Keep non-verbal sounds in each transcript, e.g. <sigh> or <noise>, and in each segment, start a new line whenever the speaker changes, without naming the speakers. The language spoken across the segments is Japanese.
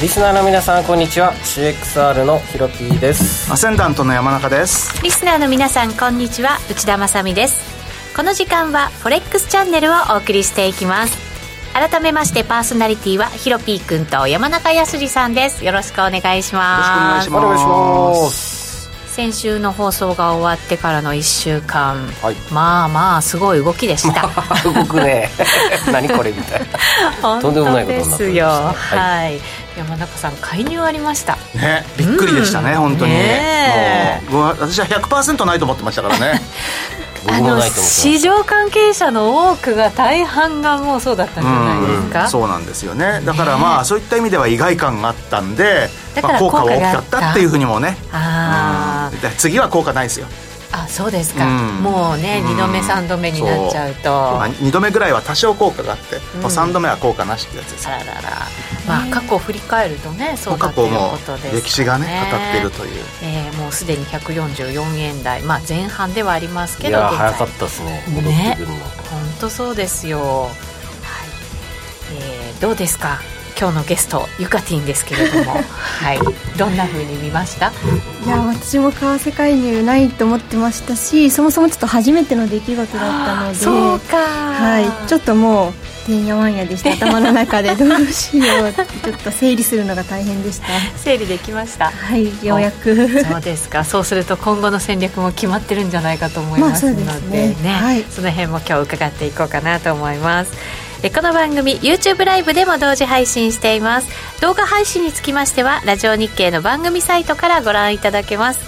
リスナーの皆さんこんにちは CXR のひろぴーです
アセンダントの山中です
リスナーの皆さんこんにちは内田まさみですこの時間はフォレックスチャンネルをお送りしていきます改めましてパーソナリティはひろぴーくんと山中康さんですよろしくお願いします
よろしくお願いします
先週の放送が終わってからの1週間、
はい
まあまあすごい動きでした
あ動くね <laughs> 何これみたい
本
とんでもないこと
当
に
で
なってました
すよ
は
はい、山中さん介入ありました
ねびっくりでしたね、本当に、
ねえ
もうご私は100%ないと思ってましたからね
僕もないと思って
市場関係者の多くが大半がもう <laughs> そうだったんじゃないですか、
そうなんですよねだからまあそういった意味では意外感があったんで、
だから
まあ、効果は
効
大
果
き
が
かったっていうふうにもねう
あー
んで次は効果ないですよ、
あそうですか、
うん
もうね、
うん
二度目三度目になっちゃうと
まあ、
あ
2度目ぐらいは多少効果があって、
うん
もう3度目は効果なしってやつです
ららら、まあ、過去を振り返るとねそう
過
だって
去
いう
も
ことです、ね、
歴史がね語っているという
えーもうすでに144円台、まあ、前半ではあります
た
け
い
ど
やー
現在
早かったですね戻っ
ね
てくるの、
本当そうですよ、はいえーどうですか今日のゲストゆかティンですけれ
<laughs>
ども、はい、どんな風に見ました
いや私も為替介入ないと思ってましたしそもそもちょっと初めての出来事だったので
そうか
はい、ちょっともうてんやわんやでした頭の中でど <laughs> うしようってちょっと整理するのが大変でした
整理できました
はいようやく
そうですか。そうすると今後の戦略も決まってるんじゃないかと思いますのでね。
まあそうですねはい
その辺も今日伺っていこうかなと思います。えこの番組 YouTube ライブでも同時配信しています。動画配信につきましてはラジオ日経の番組サイトからご覧いただけます。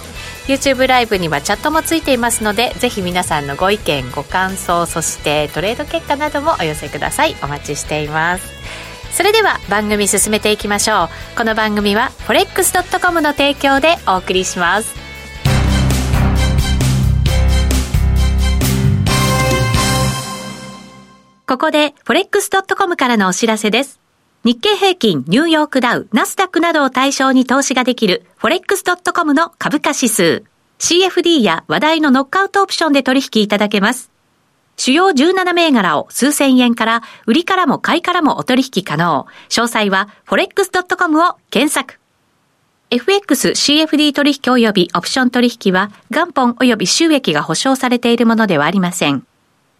YouTube ライブにはチャットもついていますのでぜひ皆さんのご意見ご感想そしてトレード結果などもお寄せくださいお待ちしていますそれでは番組進めていきましょうこの番組は forex.com の提供でお送りしますここで forex.com からのお知らせです日経平均、ニューヨークダウ、ナスダックなどを対象に投資ができる forex.com の株価指数 CFD や話題のノックアウトオプションで取引いただけます主要17銘柄を数千円から、売りからも買いからもお取引可能。詳細は forex.com を検索。FXCFD 取引及びオプション取引は、元本及び収益が保証されているものではありません。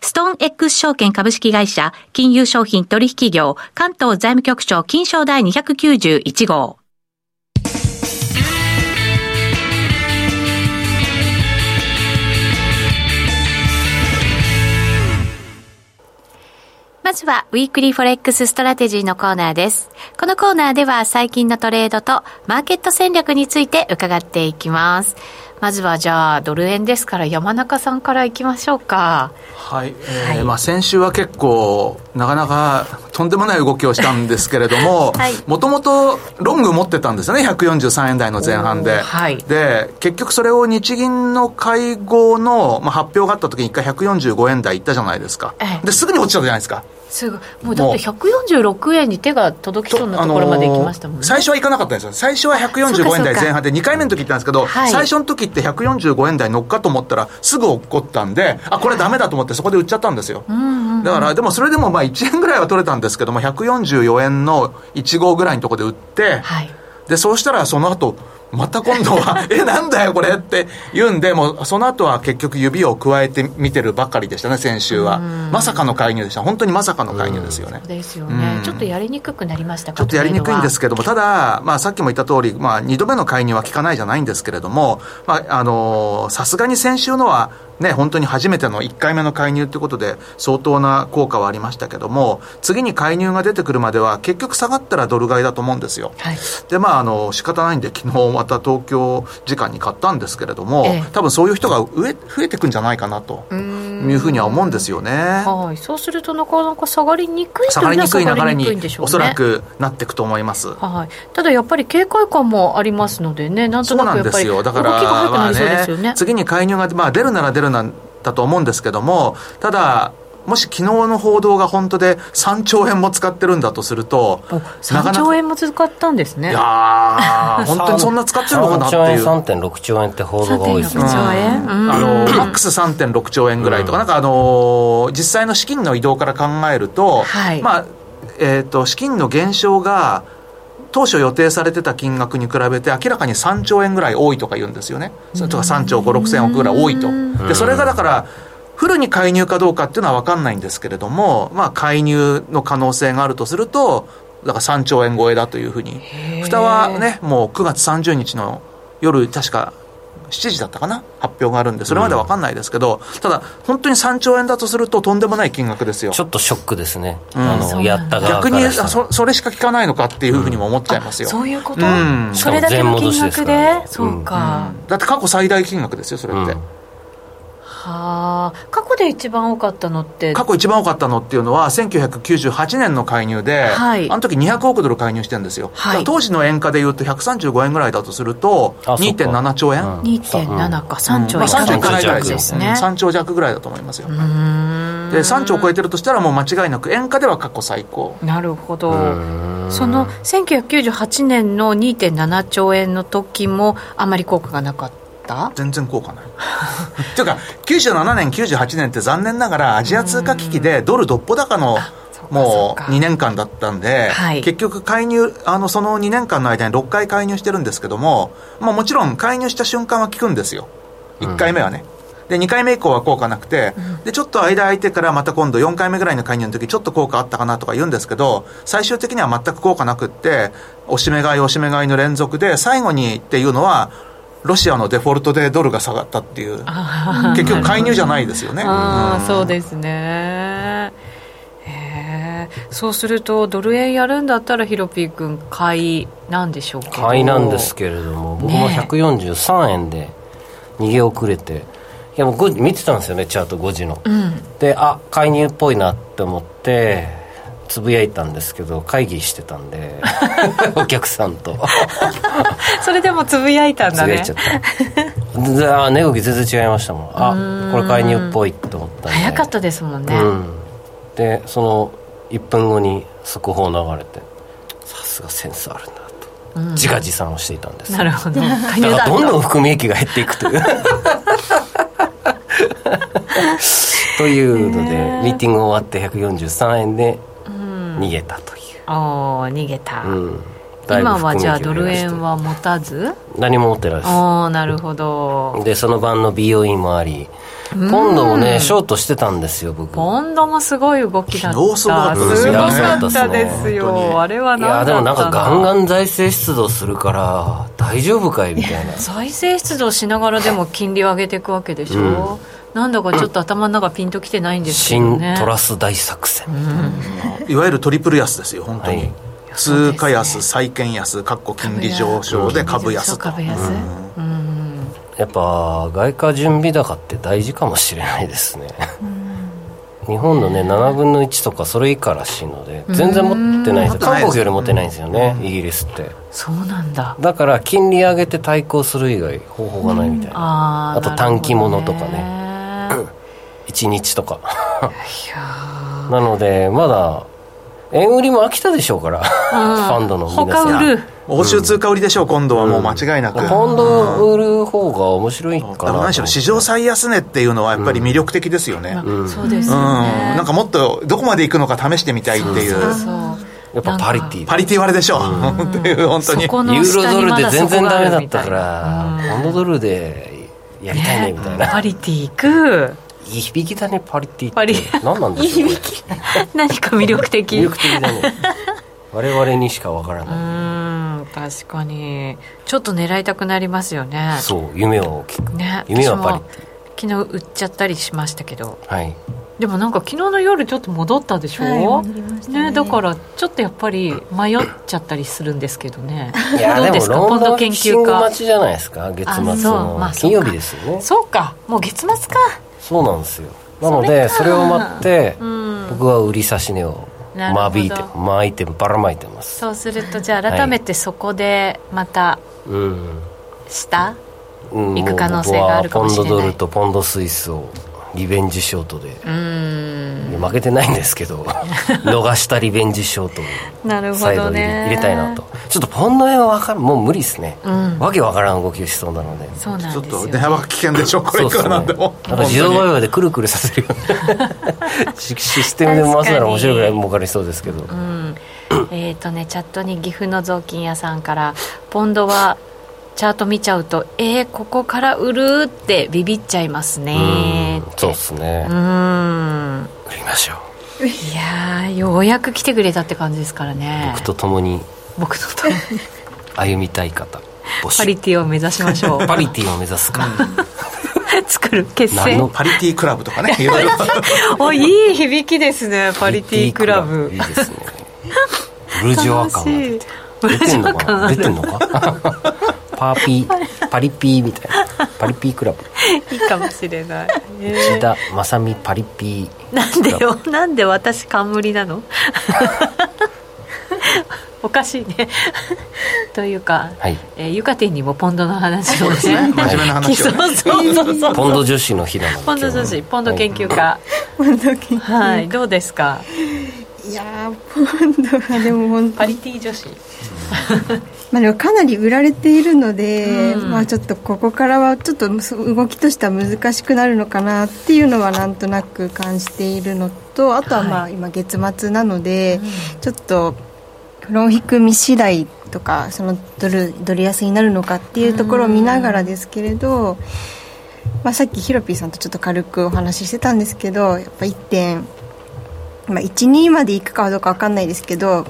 ストーン X 証券株式会社、金融商品取引業、関東財務局長金賞第291号。まずは、ウィークリーフォレックスストラテジーのコーナーです。このコーナーでは、最近のトレードと、マーケット戦略について伺っていきます。まずは、じゃあ、ドル円ですから、山中さんからいきましょうか。
はい、えーまあ、先週は結構なかなかとんでもない動きをしたんですけれども
<laughs> はい
もともとロング持ってたんですよね143円台の前半で、
おーはい
で結局それを日銀の会合の、まあ、発表があった時に1回145円台いったじゃないですか
ええ
ですぐに落ちちゃったじゃないですか
すごい。もうだって146円に手が届きそうなところまで行きましたもんね。
最初はいかなかったんですよ最初は145円台前半で2回目の時行ったんですけど、
はい
最初の時って145円台乗っかと思ったらすぐ落っこったんであこれダメだと思ってそこで売っちゃったんですよ、だからでもそれでもまあ1円ぐらいは取れたんですけども144円の1号ぐらいのとこで売って、
はい。
でそうしたらその後また今度
<laughs>
は「えなんだよこれ」って言うんでもうその後は結局指を加えて見てるばかりでしたね先週はまさかの介入でした本当にまさかの介入ですよね、
そうですよね
う。ん
ちょっとやりにくくなりましたか
ちょっとやりにくいんです
け
けども、ただ、まあ、さっきも言った通り、まあ、2度目の介入は効かないじゃないんですけれども、まあ、あのーさすがに先週のは、ね、本当に初めての1回目の介入ということで、相当な効果はありましたけども、次に介入が出てくるまでは、結局下がったらドル買いだと思うんですよ。
はい。
でまあ、あの仕方ないんで、昨日また東京時間に買ったんですけれども、
ええ
多分そういう人が増え増えてくんじゃないかなと。
うーん
いうふうには思うんですよね。
はい、そうするとなかなか下がりにくい
下
と
がり
いえば
にくい
下
流
が
れ
りにくい
に
んでしょうね。
おそらくなっていくと思います。
はい、ただやっぱり警戒感もありますのでね、なん
そ
と
うな
なく
ん
やっ
で
ぱ
す
り動
よ。
き
だ
が
から、
早く
ま
な
あ
りそうですよね。
ね、次に介入が、まあ、出るなら出るなんだと思うんですけども、ただ、もし昨日の報道が本当で3兆円も使ってるんだとすると、
お
なか
3
なか
兆円も使ったんですね。
い
<laughs>
やー、本当にそんな使ってるのかなっていう。
3兆円、3.6兆円って報道が多いですね。
3.6兆円うん
あのマックス3.6兆円ぐらいとか、なんかあのー実際の資金の移動から考えると、
はい
まあえー、と資金の減少が当初予定されてた金額に比べて明らかに3兆円ぐらい多いとか言うんですよね、それとか3兆5、6千億ぐらい多いと、でそれがだから、フルに介入かどうかっていうのは分かんないんですけれども、まあ、介入の可能性があるとすると、だから3兆円超えだというふうに、蓋はね、もう9月30日の夜、確か7時だったかな、発表があるんで、それまで分かんないですけど、ただ、本当に3兆円だとすると、とんでもない金額ですよ
ち。ょっとショックですね。
ん
あ
そ
の、
うなんだ
やった側か
逆に
らしたら。
そ、それしか聞かないのかっていうふうにも思っちゃいますよ。
そういうこと、
うん
それだけの金額
しかも全
で
戻しです
そ
からね
うか、
だって過去最大金額ですよ、それって。
うん
はあ過去で一番多かったのって
過去一番多かったのっていうのは、1998年の介入で、
はい
あの時200億ドル介入してるんですよ。
は
だか
い
ら当時の円価でいうと135円ぐらいだとすると、
あそっか
2.7兆円。
うん
2.7か3兆
ま
円
あ、
いか
3
な
兆
い
いかないぐらい
ぐらい
で
ですす
よ、
ね
3兆弱ぐらいだと思いますよ、
うーん
で3兆を超えてるとしたらもう間違いなく円価では過去最高
なるほど、
うん
その1998年の2.7兆円の時もあまり効果がなかった
全然効果ない <laughs> っていうか97年98年って残念ながらアジア通貨危機でドルどっぽ高の
そうかそ
も
う
う
か
2年間だったんで、
はい
結局介入あのその2年間の間に6回介入してるんですけども、まあ、もちろん介入した瞬間は効くんですよ1回目はね、で2回目以降は効果なくて、でちょっと間空いてからまた今度4回目ぐらいの介入の時ちょっと効果あったかなとか言うんですけど最終的には全く効果なくっておしめ買いおしめ買いの連続で最後にっていうのはロシアのデフォルトでドルが下がったっていう結局介入じゃないですよね、
あ
う
あ
ん
そうですねへえそうするとドル円やるんだったらヒロピー君買いなんでしょうけど
買いなんですけれども僕も
ねえ
143円で逃げ遅れていやもう5時見てたんですよねチャート5時の、であ介入っぽいなって思ってつぶやいたんですけど会議してたん
<laughs>
でお客さんと
それでもつぶやいたん
つ
だ
ぶ
ね
やいちゃったであ値動き全然違いましたもんあこれ介入っぽいって思ったんで
早かったですもんね、
うん、でその1分後に速報流れてさすがセンスあるなと、自画自賛をしていたんですよ
なるほど介
だ
入
から
だ
どんどん含み益が減っていく
<laughs>
というというので、ミーティング終わって143円で逃げたという、
おー逃げた、
うんだいぶ
今
含
は
み益
じゃあ
が
ド
減
ル
らして
円は持たず
何も持ってないです
おーなるほど
でその晩の美容院もあり今度もねショートしてたんですよ僕
ポンドもすごい動きだった
昨日すごかったです
す
よ
ご
ね
かったで
本
す
当に
よあれはい何だ
や
った
でもなんかガンガ
ン
ン財政出動するから大丈夫かいみたいな
財政出動しながらでも金利を上げていくわけでしょ、なんだかちょっと頭の中ピンときてないんですけど
新
ね
トラス大作戦、
いわゆるトリプル安ですよ本当に、
はい
通貨安債券安かっこ金利上昇で株安と
株安、
やっぱ外貨準備高って大事かもしれないですね日本のね7分の1とかそれ以下らしいので全然持ってないんですよ
うん
韓国より持ってないんですよねイギリスって
そうなんだ
だから金利上げて対抗する以外方法がないみたいな
あー
あと短期物とかね
なるほどね
1日とかなのでまだ円売りも飽きたでしょうから、ファンドの皆さん
他売る
欧州通貨売りでしょう今度はもう間違いなく、
ポンドを売る方が面白いかな
だから何しろ史上最安値っていうのはやっぱり魅力的ですよね、うん
まあそうですよね、
なんかもっとどこまで行くのか試してみたいっていう
そう
やっぱパリティ
パリティ割れでしょう、っていう <laughs> 本当に
そこの
ユーロ
下
ド
に
ル
ま
で
だ
全
そ
然
こが
ダ
あ
メだ
る
っ
みた
た
い
か
な
らポンドドルでやりたいねみたいな、
パリティ
<laughs>
行く
いい響きだねパリティって
パリ
何なんでしょう響き
何か魅力的
魅力的だね我々にしかわから
う
ない、
ーん確かにちょっと狙いたくなりますよね
そう夢を聞く
ね
夢は
私も
パリ
昨日売っちゃったりしましたけど
はい
でもなんか昨日の夜ちょっと戻ったでしょ、
はい戻りましたね
ねだからちょっとやっぱり迷っちゃったりするんですけどね
いや
どう
で
で
も
すか
ロ
ポ
ン
ン
ド
ド
ンフィ
研
ッシン
究
グ
家
待ちじゃないですか月末
あそうま
の
あそう
金曜
か
日ですよね
そうかもう月末か
そうなんですよなのでそれを待って、
うん
僕は売り差し値を間引いて
なるほ
巻いてばらまいてます
そうするとじゃあ改めてそこでまた
うん
下、
うん
行く可能性
もう僕は
があるかもしれない
ポンドドルとポンドスイスをリベンジショートで、
うーん
負けてないんですけ
<laughs>
ど逃したリベンジショートを
なるほ
再
ど
度入れ
ね
入れたいなとちょっとポンド円は分かるもう無理ですね、
うん
わけわからん動きをしそうなので
そう
ち
な
ょ
ん
っ
ですよ
と電話は危険でしょこれいくらなんでも
なんか自動売買でくるくるさせるよう
<laughs>
なシシステムで回すなら面白いぐらい儲かりそうですけど、
うん、えっ、とねチャットに岐阜の雑巾屋さんからポンドはチャート見ちゃうとえー、ここから売るってビビっちゃいますね
うんそうですね、
うーん
売りましょう
いやーようやく来てくれたって感じですからね
僕と共に
僕とと
歩みたい方募集
パリティを目指しまし <laughs> ょう
パリティを目指すか、
作る結
何
成
の
パリティクラブとかねいろいろ
おいい響きですねパリティクラブ
いいですねブルジョワ感が出て
楽し
出
い
てんのかな出てんのかパーピーパリピーみたいなパリピークラブ
<laughs> いいかもしれない、えー
内田正美パリピー
なんでよなんで私冠なの <laughs> おかしいねというか、
はい
えー、ゆかてんにもポンドの話をね
ですね真面目な話を
<laughs> そ
ね
うそうそうそう
ポンド女子の日なので
ポンド女子ポンド研究家
本当に
はい、どうですか
いやーポンドがでも本当
パ
に
リティ女子
まあでもかなり売られているので、
うん
まあちょっとここからはちょっと動きとしては難しくなるのかなっていうのはなんとなく感じているのとあとはまあ今月末なので、ちょっとフロン引く見次第とかそのドルドル安になるのかっていうところを見ながらですけれど、まあ、さっきヒロピーさんとちょっと軽くお話ししてたんですけどやっぱ1点、まあ、12までいくかどうか分かんないですけど、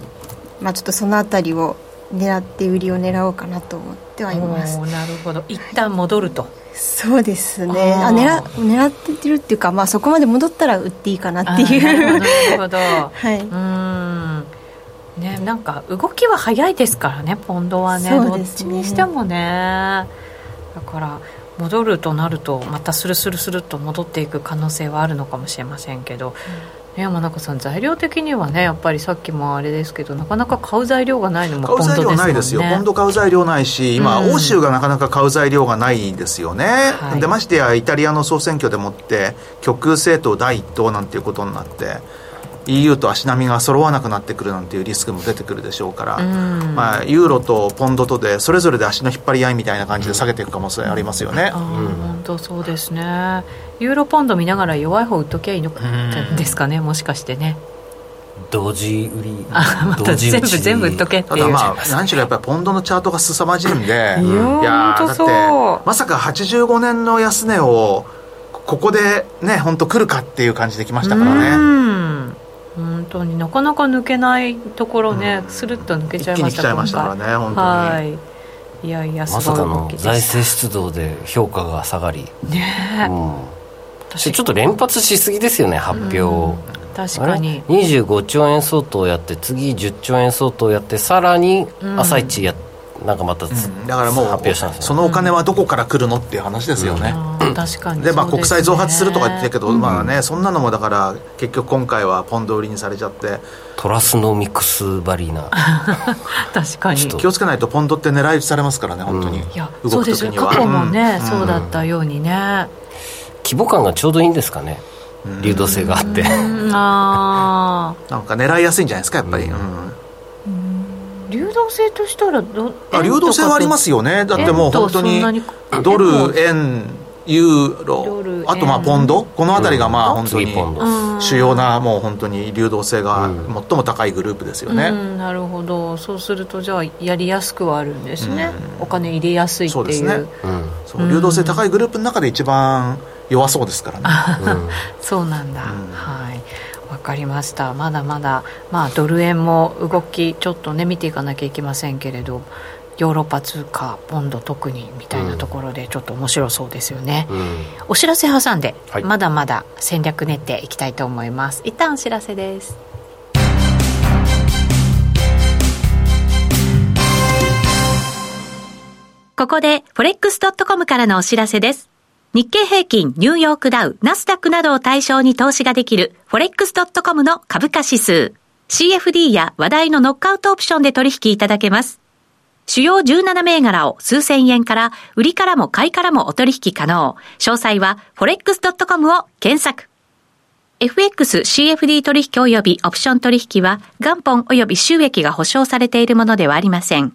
まあ、ちょっとその辺りを狙って売りを狙おうかなと思ってはいます
おーなるほど一旦戻ると
そうですねあ
あー
狙狙ってるっていうか、まあ、そこまで戻ったら売っていいかなってい
あー
う
なるほどなるほど
<laughs> はいう
ーんね、なんか動きは早いですからねポンドはね
そう
ど
で
っ
す
ち
ね
にしてもねだから戻るとなるとまたスルスルスルっと戻っていく可能性はあるのかもしれませんけど、ね山中さん材料的にはねやっぱりさっきもあれですけどなかなか買う材料がないのも
買
ポ
う
ン
材料
ド
ないで
ですす
よ
もんね
ポンド買う材料ないし今
うん
欧州がなかなか買う材料がないですよね、
い
でましてやイタリアの総選挙でもって極右政党第一党なんていうことになって EU と足並みが揃わなくなってくるなんていうリスクも出てくるでしょうから、
うん
まあ、ユーロとポンドとでそれぞれで足の引っ張り合いみたいな感じで下げていく可能性ありますよね、
あー本当そうですねユーロポンド見ながら弱い方売っときゃいいのか
うん
ですかねもしかしてね
同時売り
あまた
同時
<laughs>
打
全部
ち
全部売っとけって
た
いう
だまあ何しろやっぱりポンドのチャートが凄まじいんで、
いやー
いやー
ほん
だ
と
って
そう
まさか85年の安値をここでね本当来るかっていう感じで来ましたからね
うん本当になかなか抜けないところね、
うん
スルッと抜け
一
ちゃい
気
ま
に
し
来
た
ちゃいましたから
ね
ね本当に、
はいいやいや
ますさ
ごい
か
動
の
きです
財政出動で評価が下がり、
ね
うん、
私
ちょっと連発しすぎですよね発表を、
確かに
あれ25兆円相当やって次10兆円相当やってさらに
うん
朝一や、なんかまたつ、
だからも
発
う
表したんです
そ
よ
のお金はどこから来るのっていう話ですよね、
あー確かに
でまあ、
そう
国
すね
債増発するとか言ってたけど、まあね、そんなのもだから結局今回はポンド売りにされちゃって
トラスノミクスバリーな
確かに
ちょっと
気をつけないとポンドって狙い撃ちされますからね本当に、
いやそ
動
う
く
です
時
よ
には
過去もね、
うん
そうだったようにね、
規模感がちょうどいいんですかね
うん
流動性があって
うん、あー
なんか狙いやすいんじゃないですかやっぱり、
うん
うん
流動性としたらど
あ流動性はあります
よ
よねだってもう本当にドル円ユー
ド
ロ
ル円
あとまあポンドこの辺りがまあ
うん
本当
次ポン
に
ド
主要なもう本当に流動性が最も高いグループですよね、
うん、なるほどそうするとじゃあやりやすくはあるんですね、お金入れやすいって
そうで
い
す
う
ね
そう,、
うん
その流動性高いグループの中で一番弱そうですからね
なんだ、
うん
はいわかりましたまだまだ、まあ、ドル円も動きちょっとね見ていかなきゃいけませんけれどヨーロッパ通貨ポンド特にみたいなところでちょっと面白そうですよね、
うん
お知らせ挟んで、
はい
まだまだ戦略練っていきたいと思います一旦お知らせです
ここで forex.com からのお知らせです。日経平均、ニューヨークダウ、ナスダックなどを対象に投資ができる、forex.com の株価指数。CFD や話題のノックアウトオプションで取引いただけます。主要17銘柄を数千円から、売りからも買いからもお取引可能。詳細は forex.com を検索。FX CFD 取引及びオプション取引は元本及び収益が保証されているものではありません。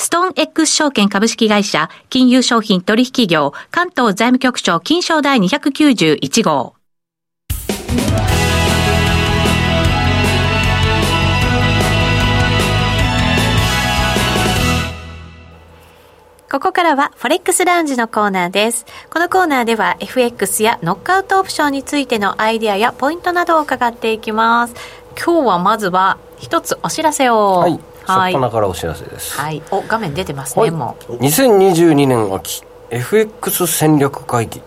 ストーン X 証券株式会社、金融商品取引業、関東財務局長金賞第291号。
ここからはフォレックスラウンジのコーナーです。このコーナーでは FX やノックアウトオプションについてのアイデアやポイントなどを伺っていきます。今日はまずは一つお知らせを。
はい、
はい。
初っ端からお知らせです、
はいお、画面出てますね、
はい
も
2022年秋 FX 戦略会議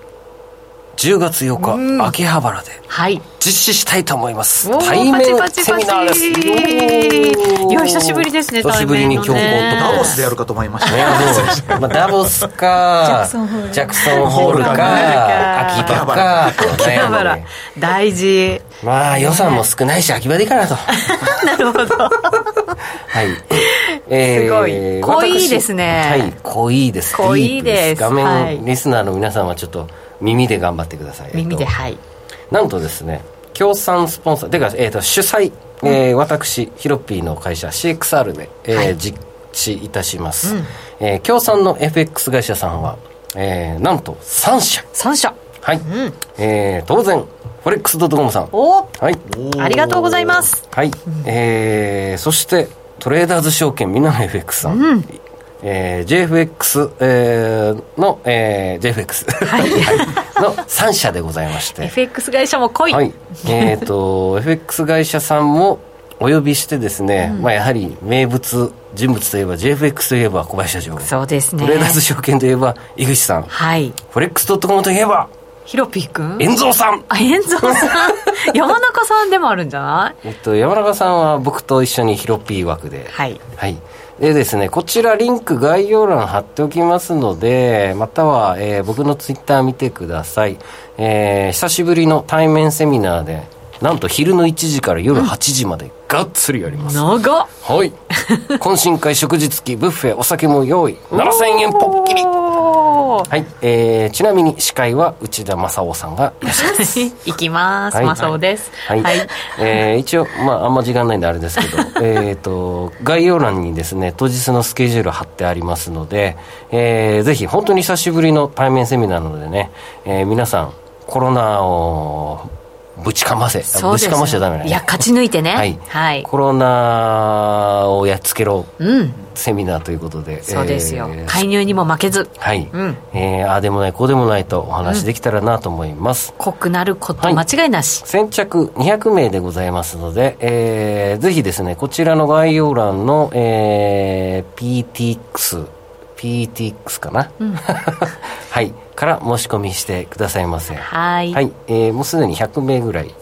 10月8日、秋葉原で
う。はい。
実施したいと思います
おー
対面セミナーで
パチパチパチ
す
いや久しぶりですね
久しぶりに
対
強行と
面のね
ダボスでやるかと思いました
ね
ね。
<laughs>
そうまあ、ダボスかジャクソンホール
ジャクソンホール
か
か
秋葉かと
<laughs> 秋
ね
葉原、大事。
まあ予算も少ないし秋葉でいいかなと
<laughs> なるほど。
はい、
<laughs>
え
すごい濃い
私
ですね
はい濃いです
濃い
ディー
です
プ画面、
はい
リスナーの皆さんはちょっと耳で頑張ってください
耳で、
えっと
はい。
なんとですね協賛スポンサーてか、えー、と主催、えー私ヒロピーの会社 CXR で、えー
はい
実施いたします、えー協賛の FX 会社さんは、えーなんと3社
三社。
はい、えー当然フォレックス .com さん
お
はい
ありがとうございます。
はい、えーそしてトレーダーズ証券みんなの FX さん、えー JFX、えーの、えー JFX、はい、 <laughs> の3社でございまして、
FX 会社も来い。
はい、えっ、
<laughs>
と FX 会社さんもお呼びしてですね、まあやはり名物人物といえば JFX といえば小林社長、
そうですね。
トレーダーズ証券といえば井口さん、
はい。
フォレックス .com といえば
ヒロピーくん。
遠蔵さん。
あ、遠蔵さ
<laughs>
ん。山中さんでもあるんじゃない
えっと、山中さんは僕と一緒にヒロピー枠で、
はい。
はい。でですね、こちらリンク概要欄貼っておきますので、または、えー僕のツイッター見てください。えー久しぶりの対面セミナーで、なんと昼の1時から夜8時までがっつりやります。 <laughs>
長っ <laughs>
はい。懇親会食事付き、ブッフェ、お酒も用意。7000円ポッキリ。
おー
はい。えーちなみに司会は内田正夫さんがいらっしゃいます。
行きます。
はい
まあそうです。
はい、えー一応、まあ、あんま時間ないんであれです
<laughs>
けどえーと概要欄にですね当日のスケジュール貼ってありますので、えーぜひ本当に久しぶりの対面セミナーなのでね、えー皆さんコロナをぶちかませ、
そう
ぶ
です
ち
よ
かましちゃダメだね
いや、勝ち抜いてね。
はい
はい。
コロナをやっつけろ
うん。
セミナーということで
そうですよ
え。ー
介入にも負けず。
はい、
うん
えーああでもないこうでもないとお話できたらなと思います、
濃くなること
はい
間違いなし。
先着200名でございますので、えーぜひですね、こちらの概要欄の、えー PTX、PTX かな、 <laughs> はい、から申し込みしてくださいませ。は
はい。
い、えーもうすでに100名ぐらい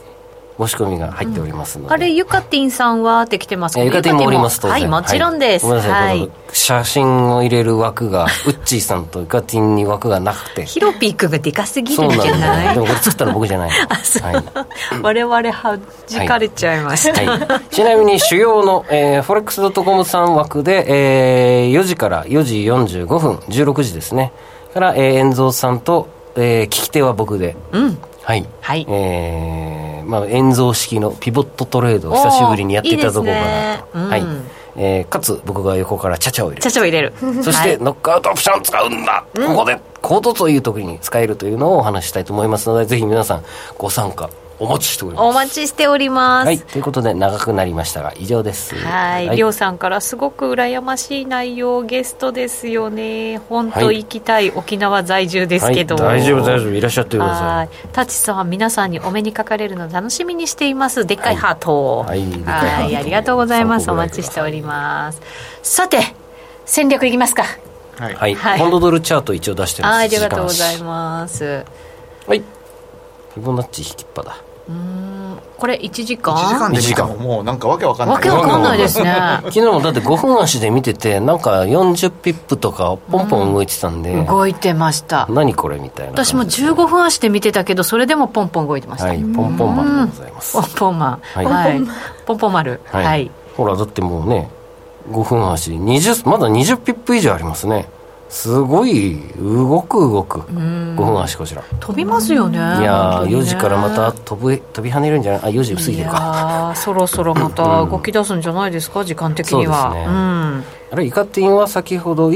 申し込みが入っておりますので。
あれ、ゆかてんさんはって来てます
えーゆかてんもおります、当然。
はい、もちろんです。
はいごめんなさ、
はい
こ。
い
の写真を入れる枠が、ウ <laughs> ッチーさんとゆかてんに枠がなくて。
ヒロピーくんがでかすぎる
そうん
じ
なん
ゃ
だ
な
よ。
い
でもこれ作ったの僕じゃ
<laughs>
ないの。
そう
はい
<laughs> 我々はじかれちゃいました。 <laughs>
はい、ちなみに主要の、えー、forex.com さん枠で、えー4時から4時45分16時ですねから、えー、遠蔵さんと、えー聞き手は僕で
うん。
はい、
はい
えーまあ、遠蔵式のピボットトレードを久しぶりにやっていたところかなと
おー
はい
い
い
ですね
えーかつ僕が横からチャチャを入れ
ちゃ
る
ちゃを入れる。
そし
は
て
い
ノックアウトオプション使うんだ、ここでコードという時に使えるというのをお話ししたいと思いますのでぜひ皆さんご参加お待ちしております
お待ちしております。
はい、ということで長くなりましたが以上です
はい、りょうさんからすごく羨ましい内容ゲストですよね。本当行きたい沖縄在住ですけど。
はい大丈夫大丈夫いらっしゃってくだ
は
さ
い、タチさん皆さんにお目にかかれるの楽しみにしています。でっかいハート。
はいはいでっかいハート
はいありがとうございます。
参
お
考になり
待ちしております。さて、戦略いきますか。
はい
い、はい
はい
ポンドドルチャート一応出してます
はい、ありがとうござい
す
ます。
はいフィボナッチ引きっぱだ
これ1時間
1時間で見たももうなんかわけわかんない
わけわかんないですね。
昨日もだって5分足で見ててなんか40ピップとかポンポン動いてたんで、
動いてました。
何これみたいな
私も15
分
分足で見てたけどそれでもポンポン動いてました、
はいポンポンマンでございます
ポンポンマン、は
はいい
ポンポン丸はい、
ほらだってもうね5分足20まだ20ピップ以上ありますねすごい動く動く5分足こちら
飛びますよねい
いやー4時からまた飛ぶ飛び跳ねるんじゃないあ4時過ぎてるか
いやーそろそろまた動き出すんじゃないですか時間的には
そうですね
ん
あれイカティンは先ほど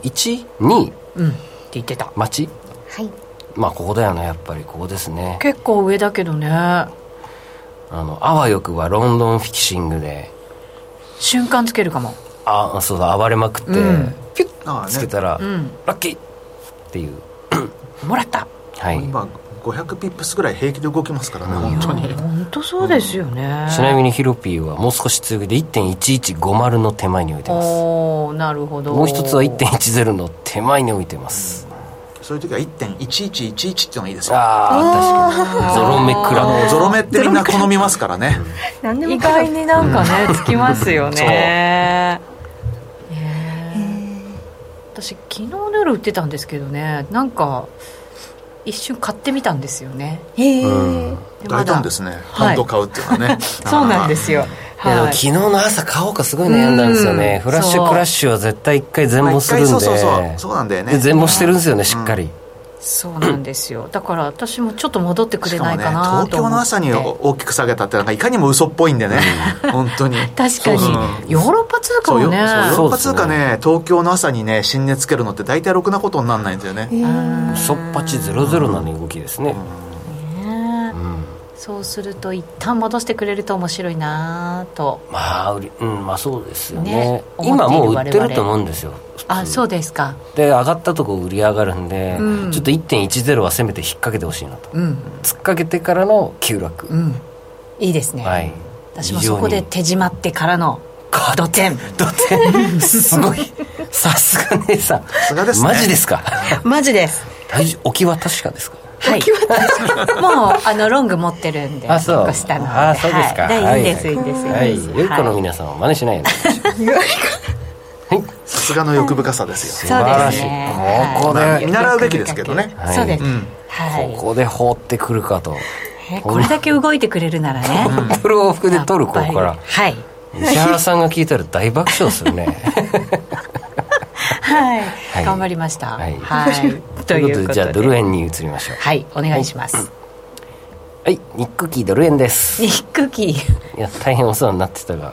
1.12
うんって言ってた
待ち
はい
まあここだよねやっぱりここですね
結構上だけどね
あのあわよくはロンドンフィキシングで
瞬間つけるかも
あそうだ暴れまくって、
うん
ピュッ
ああ
つけ
ね
たら、
うん
ラッキーっていう
もらった
はい
今500ピップスぐらい平気で動きますからね本当に
本当そうですよね、
ちなみにヒロピーはもう少し強気で1.1150の手前に置いてます
おーなるほど
もう一つは1.10の手前に置いてます
そういう時は1.1111っていうのがいいですよ
ああ確かにゾロ目くら
ゾロ目ってみんな好みますからね
何でも
意
かか
外になんかね、つきますよね
そう
ねえ私昨日の夜売ってたんですけどねなんか一瞬買ってみたんですよね
へえ、
で
大
まだ
胆ですね
は
何
い
度買うっていうのはね
そうなんですよ
いやでも
はい
昨日の朝買おうかすごい悩んだんですよね
う
フ
ん
ラッシ
そう
ュクラッシュは絶対一回全
まあ
盲
一
するん
回
で
そうそうそうそうなんだよね
で全盲してるんですよねしっかり
そうなんですよだから私もちょっと戻ってく
し
れ
かも
ない
ね
かな
東
と思って
京の朝に大きく下げたってなんかいかにも嘘っぽいんでね本当に
確か
そう
にヨーロッパ通貨
そうよ
も
そう
ね
ヨーロッパ通貨
そう
ね東京の朝にね新値つけるのって大体ろくなことにならないんですよね
そっぱち00な動きですね
ね
うん
そうすると一旦戻してくれると面白いなと
まあ売りうんまあそうですよ
ね
ね
思っている
今もう売って
我
る
々
と思うんですよ普通
あそうですか
で上がったとこ売り上がるんで、
うん
ちょっと1.10はせめて引っ掛けてほしいなと
うん
突っかけてからの急落、
うんいいですね
はい
私もそこで
非
手締まってからのドテ
常
ン
にだってすごいさすが姉さんさ
すがですね
マジですか
マジです
大丈夫置きは確かですか
はい、もうあのロング持ってるんで
あそう
一個下の方
あそうですか
はい
はい
いいです、い、いです
はい
い
よ
です
い子の皆さんは真似しないように
さすがの欲深さですよ
そう
ら
で
しい
すね
ここで
はい
見習うべきですけどね
はいそうです、
うん
はい
ここで放ってくるかと
えこれだけ動いてくれるならね
プロ往復で取るこ
やっ
こ
ぱり
から
はい
石原さんが聞いたら大爆笑するね
<laughs> はい、
はい
頑張りました
はい <laughs>
と
と
い
いううことと
こで
でじゃあドル円に移りましょう
はいお願いします、
はいニックキードル円です
ニックキー
いや大変お世話になってたが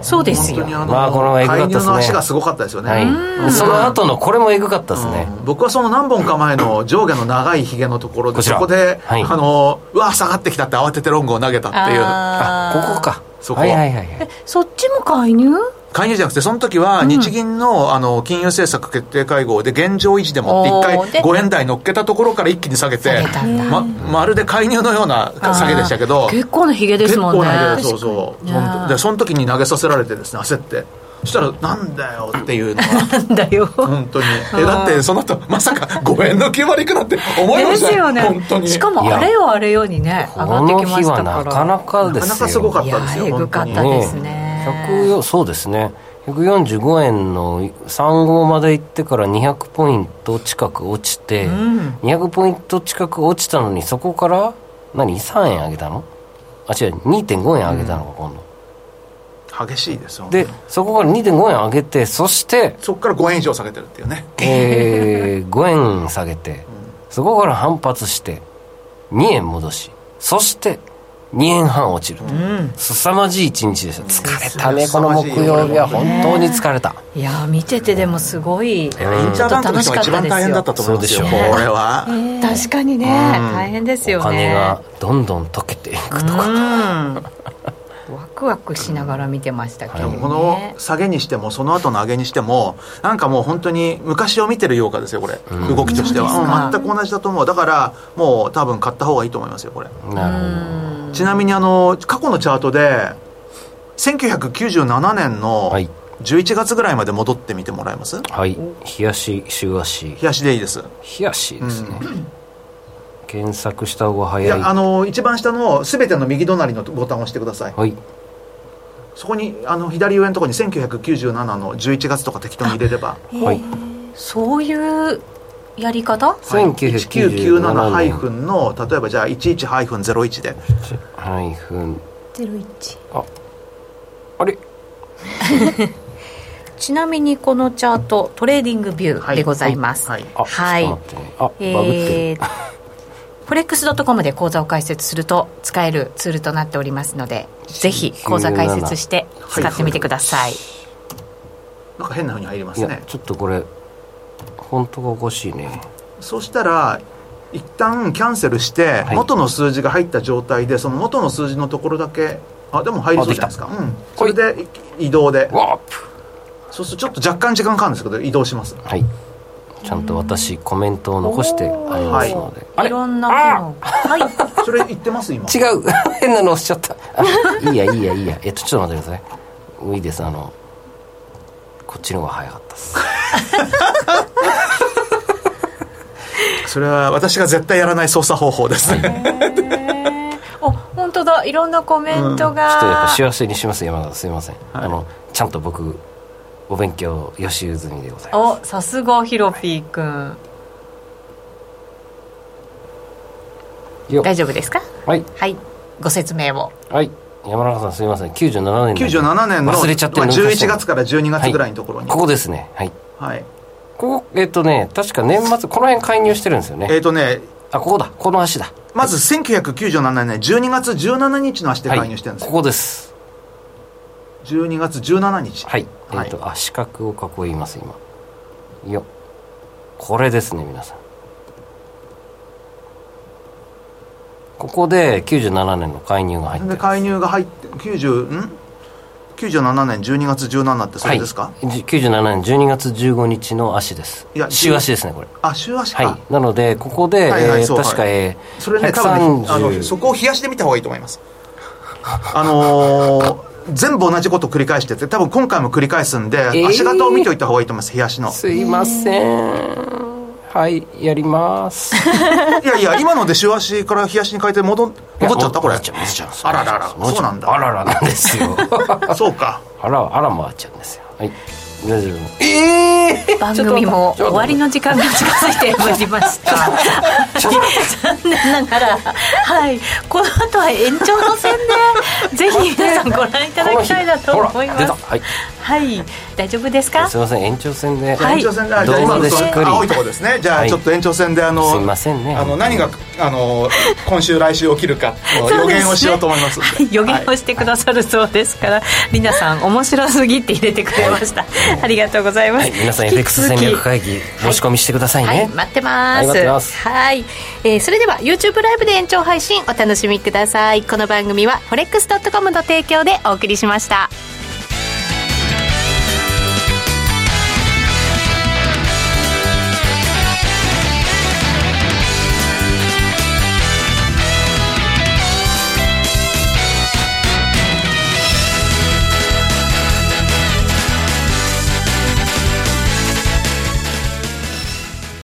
そうです
本当
よ
にあの、
まあこの前エグか
介
ったっすね
入の足がすごかったですよね、
はい、その後のこれもエグかったですね、
僕はその何本か前の上下の長いひげのところで
こち
そ
ら
こで、
はい
あのうわ下がってきたって慌ててロングを投げたっていう
あー
あここか
そこ
はいはいはいはい
そっちも介入
介入じゃなくてその時は日銀の,、あの金融政策決定会合で現状維持でもって
おー
一
で
回5円台乗っけたところから一気に下げて
下げたんだ
ままるで介入のような下げでしたけど
結構なヒゲです
結
もん
構
ね
なげでそうそう
確かに
本当でその時に投げさせられてですね焦ってそしたらなんだよっていうのが
<laughs> なんだよ
本当にえだってその後まさか5円の9割いくなんて思いま
で
した
すよね
本当に
しかもあれよあれよにね
こ
上がって
の
きま
日
したか
は
ら
なかなかですよ
なかなかすごかったですよ
いやーえぐかった
本
ですね
100そうですね145円の3号まで行ってから200ポイント近く落ちて、
ん
200ポイント近く落ちたのにそこから何3円上げたのあ違う2.5円上げたのか今度、
当に激しいですよ
でそこから2.5円上げてそして、
そこから5円以上下げてるっていうね
えー、5円下げてそこから反発して2円戻しそして2円半落ちる、凄まじい一日でした疲れたねこの木曜日は本当に疲れた、
いやー見ててでもすごい
インターバンクの人が一番大変だったと思うんですよ
そう
こ
でしょう
れは
確かにね、
うん
大変です
お
よ
金
ね
がどんどん溶けていくとか、
<laughs>
うんワクワクしながら見てましたけど、
うん
ね
この下げにしてもその後の上げにしてもなんかもう本当に昔を見てるようかですよこれ、
うん
動きとしては、
そうですか
うん全く同じだと思うだからもう多分買った方がいいと思いますよこれ、
なる
ちなみにあの過去のチャートで1997年の
はい
11月ぐらいまで戻ってみてもらえます、
ほどはい冷やし週足
冷やしでいいです
冷やしですね、検索した方が
い
早い
やあの一番下の全ての右隣のボタンを押してください
はい
そこにあの左上のところに1997の11月とか適当に入れれば
はい
そういうやり方
1997ハイフ
1997
ンの例えばじゃあ11ハイフン01で
ハイフン
ゼロ一。
あれ
ちなみにこのチャートトレーディングビューでございます
はい
あ、
はい
ちょっと待ってねあ、バグって
え
る
ー、フレックス .com で講座を開設すると使えるツールとなっておりますのでぜひ講座開設して使ってみてください、
なんか変なふうに入りま
い
す
や
ね
ちょっとこれ本当がおかしいね
そしたら一旦キャンセルして
はい
元の数字が入った状態でその元の数字のところだけあでも入りそうじゃないですかうんそれでい移動で
ワープ
そうするとちょっと若干時間かかるんですけど移動します
はいちゃんと私コメントを残してありますのであ
い
れ
ろんな機能はい
それ言ってます今
違う <laughs> 変なの押しちゃったあ <laughs> いいやいいやいいやえっとちょっと待ってくださいいいですあのこっちの方が早かったです
それは私が絶対やらない操作方法ですね
お本当だいろんなコメント
ちょっとやっ
が
ぱ、幸せにします山田すいません、あのちゃんと僕お勉強予習済みでございます
おさすがヒロピーくん
よ
大丈夫ですか
はい
はいご説明を
はい山中さんすいません97年
97年の
忘れちゃって
まあ
抜かして
11月から12月ぐらいのところに
ここですねはい
はい
ここえっとね確か年末この辺介入してるんですよ
え
ね
っとね
あここだこの足だ
まず1997年12月17日の足で介入してるんです
はい
よ
ここです
12月17日
はい、
はい
えっとあ四角を囲います今よこれですね皆さんここで97年の介入が入って
で
る
介入が入って90ん97年12月17ってそれですか、
はい、じ97年12月15日の足です
いや
週足ですねこれ
あ週足か、
はいなのでここで、
はいはい
えー
そう
確か、
はい
えー、
それね多分ねあのそ
130
こを冷やしてみた方がいいと思いますあのー全部同じこと繰り返してて多分今回も繰り返すんで、
ー
足型を見ておいた方がいいと思います冷やしの
すいませんはいやります
いやいや今ので週足から冷やしに変えて戻ん戻っちゃったこ
戻
れ
っちゃう戻っちゃう
あららら
戻っちゃ
そうなんだ
あららなんです
<laughs>
よ
そうか
あらあら回っちゃうんですよはい大丈夫
番組も終わりの時間が近づいてまいりました残念ながらはいこの後は延長の戦でぜひ皆さんご覧いただきたいなと
この
思
日
い
ほら
ま
出
す
たはい
はい大丈夫ですか
すいません延長戦で、
はい
延長戦で、あじゃあ
どう
今
ぞ
の
でしっかり
青いとこですねじゃ
は
あ
い
ちょっと延長戦であの、
すいませんね
あの何があの今週来週起きるかの
そう
予
ですね
言をしようと思いますんで
はい予言をしてくださるそうですから、りなさん面白すぎって入れてくれました、ありがとうございま
は
す、
い、皆さん
引き
FX
続
戦
き
略会議申し込みしてくださいね、
はい、待ってま
は
す。
い待ってます
はいえーそれでは YouTube ライブで延長配信お楽しみください。この番組は forex.com の提供でお送りしました。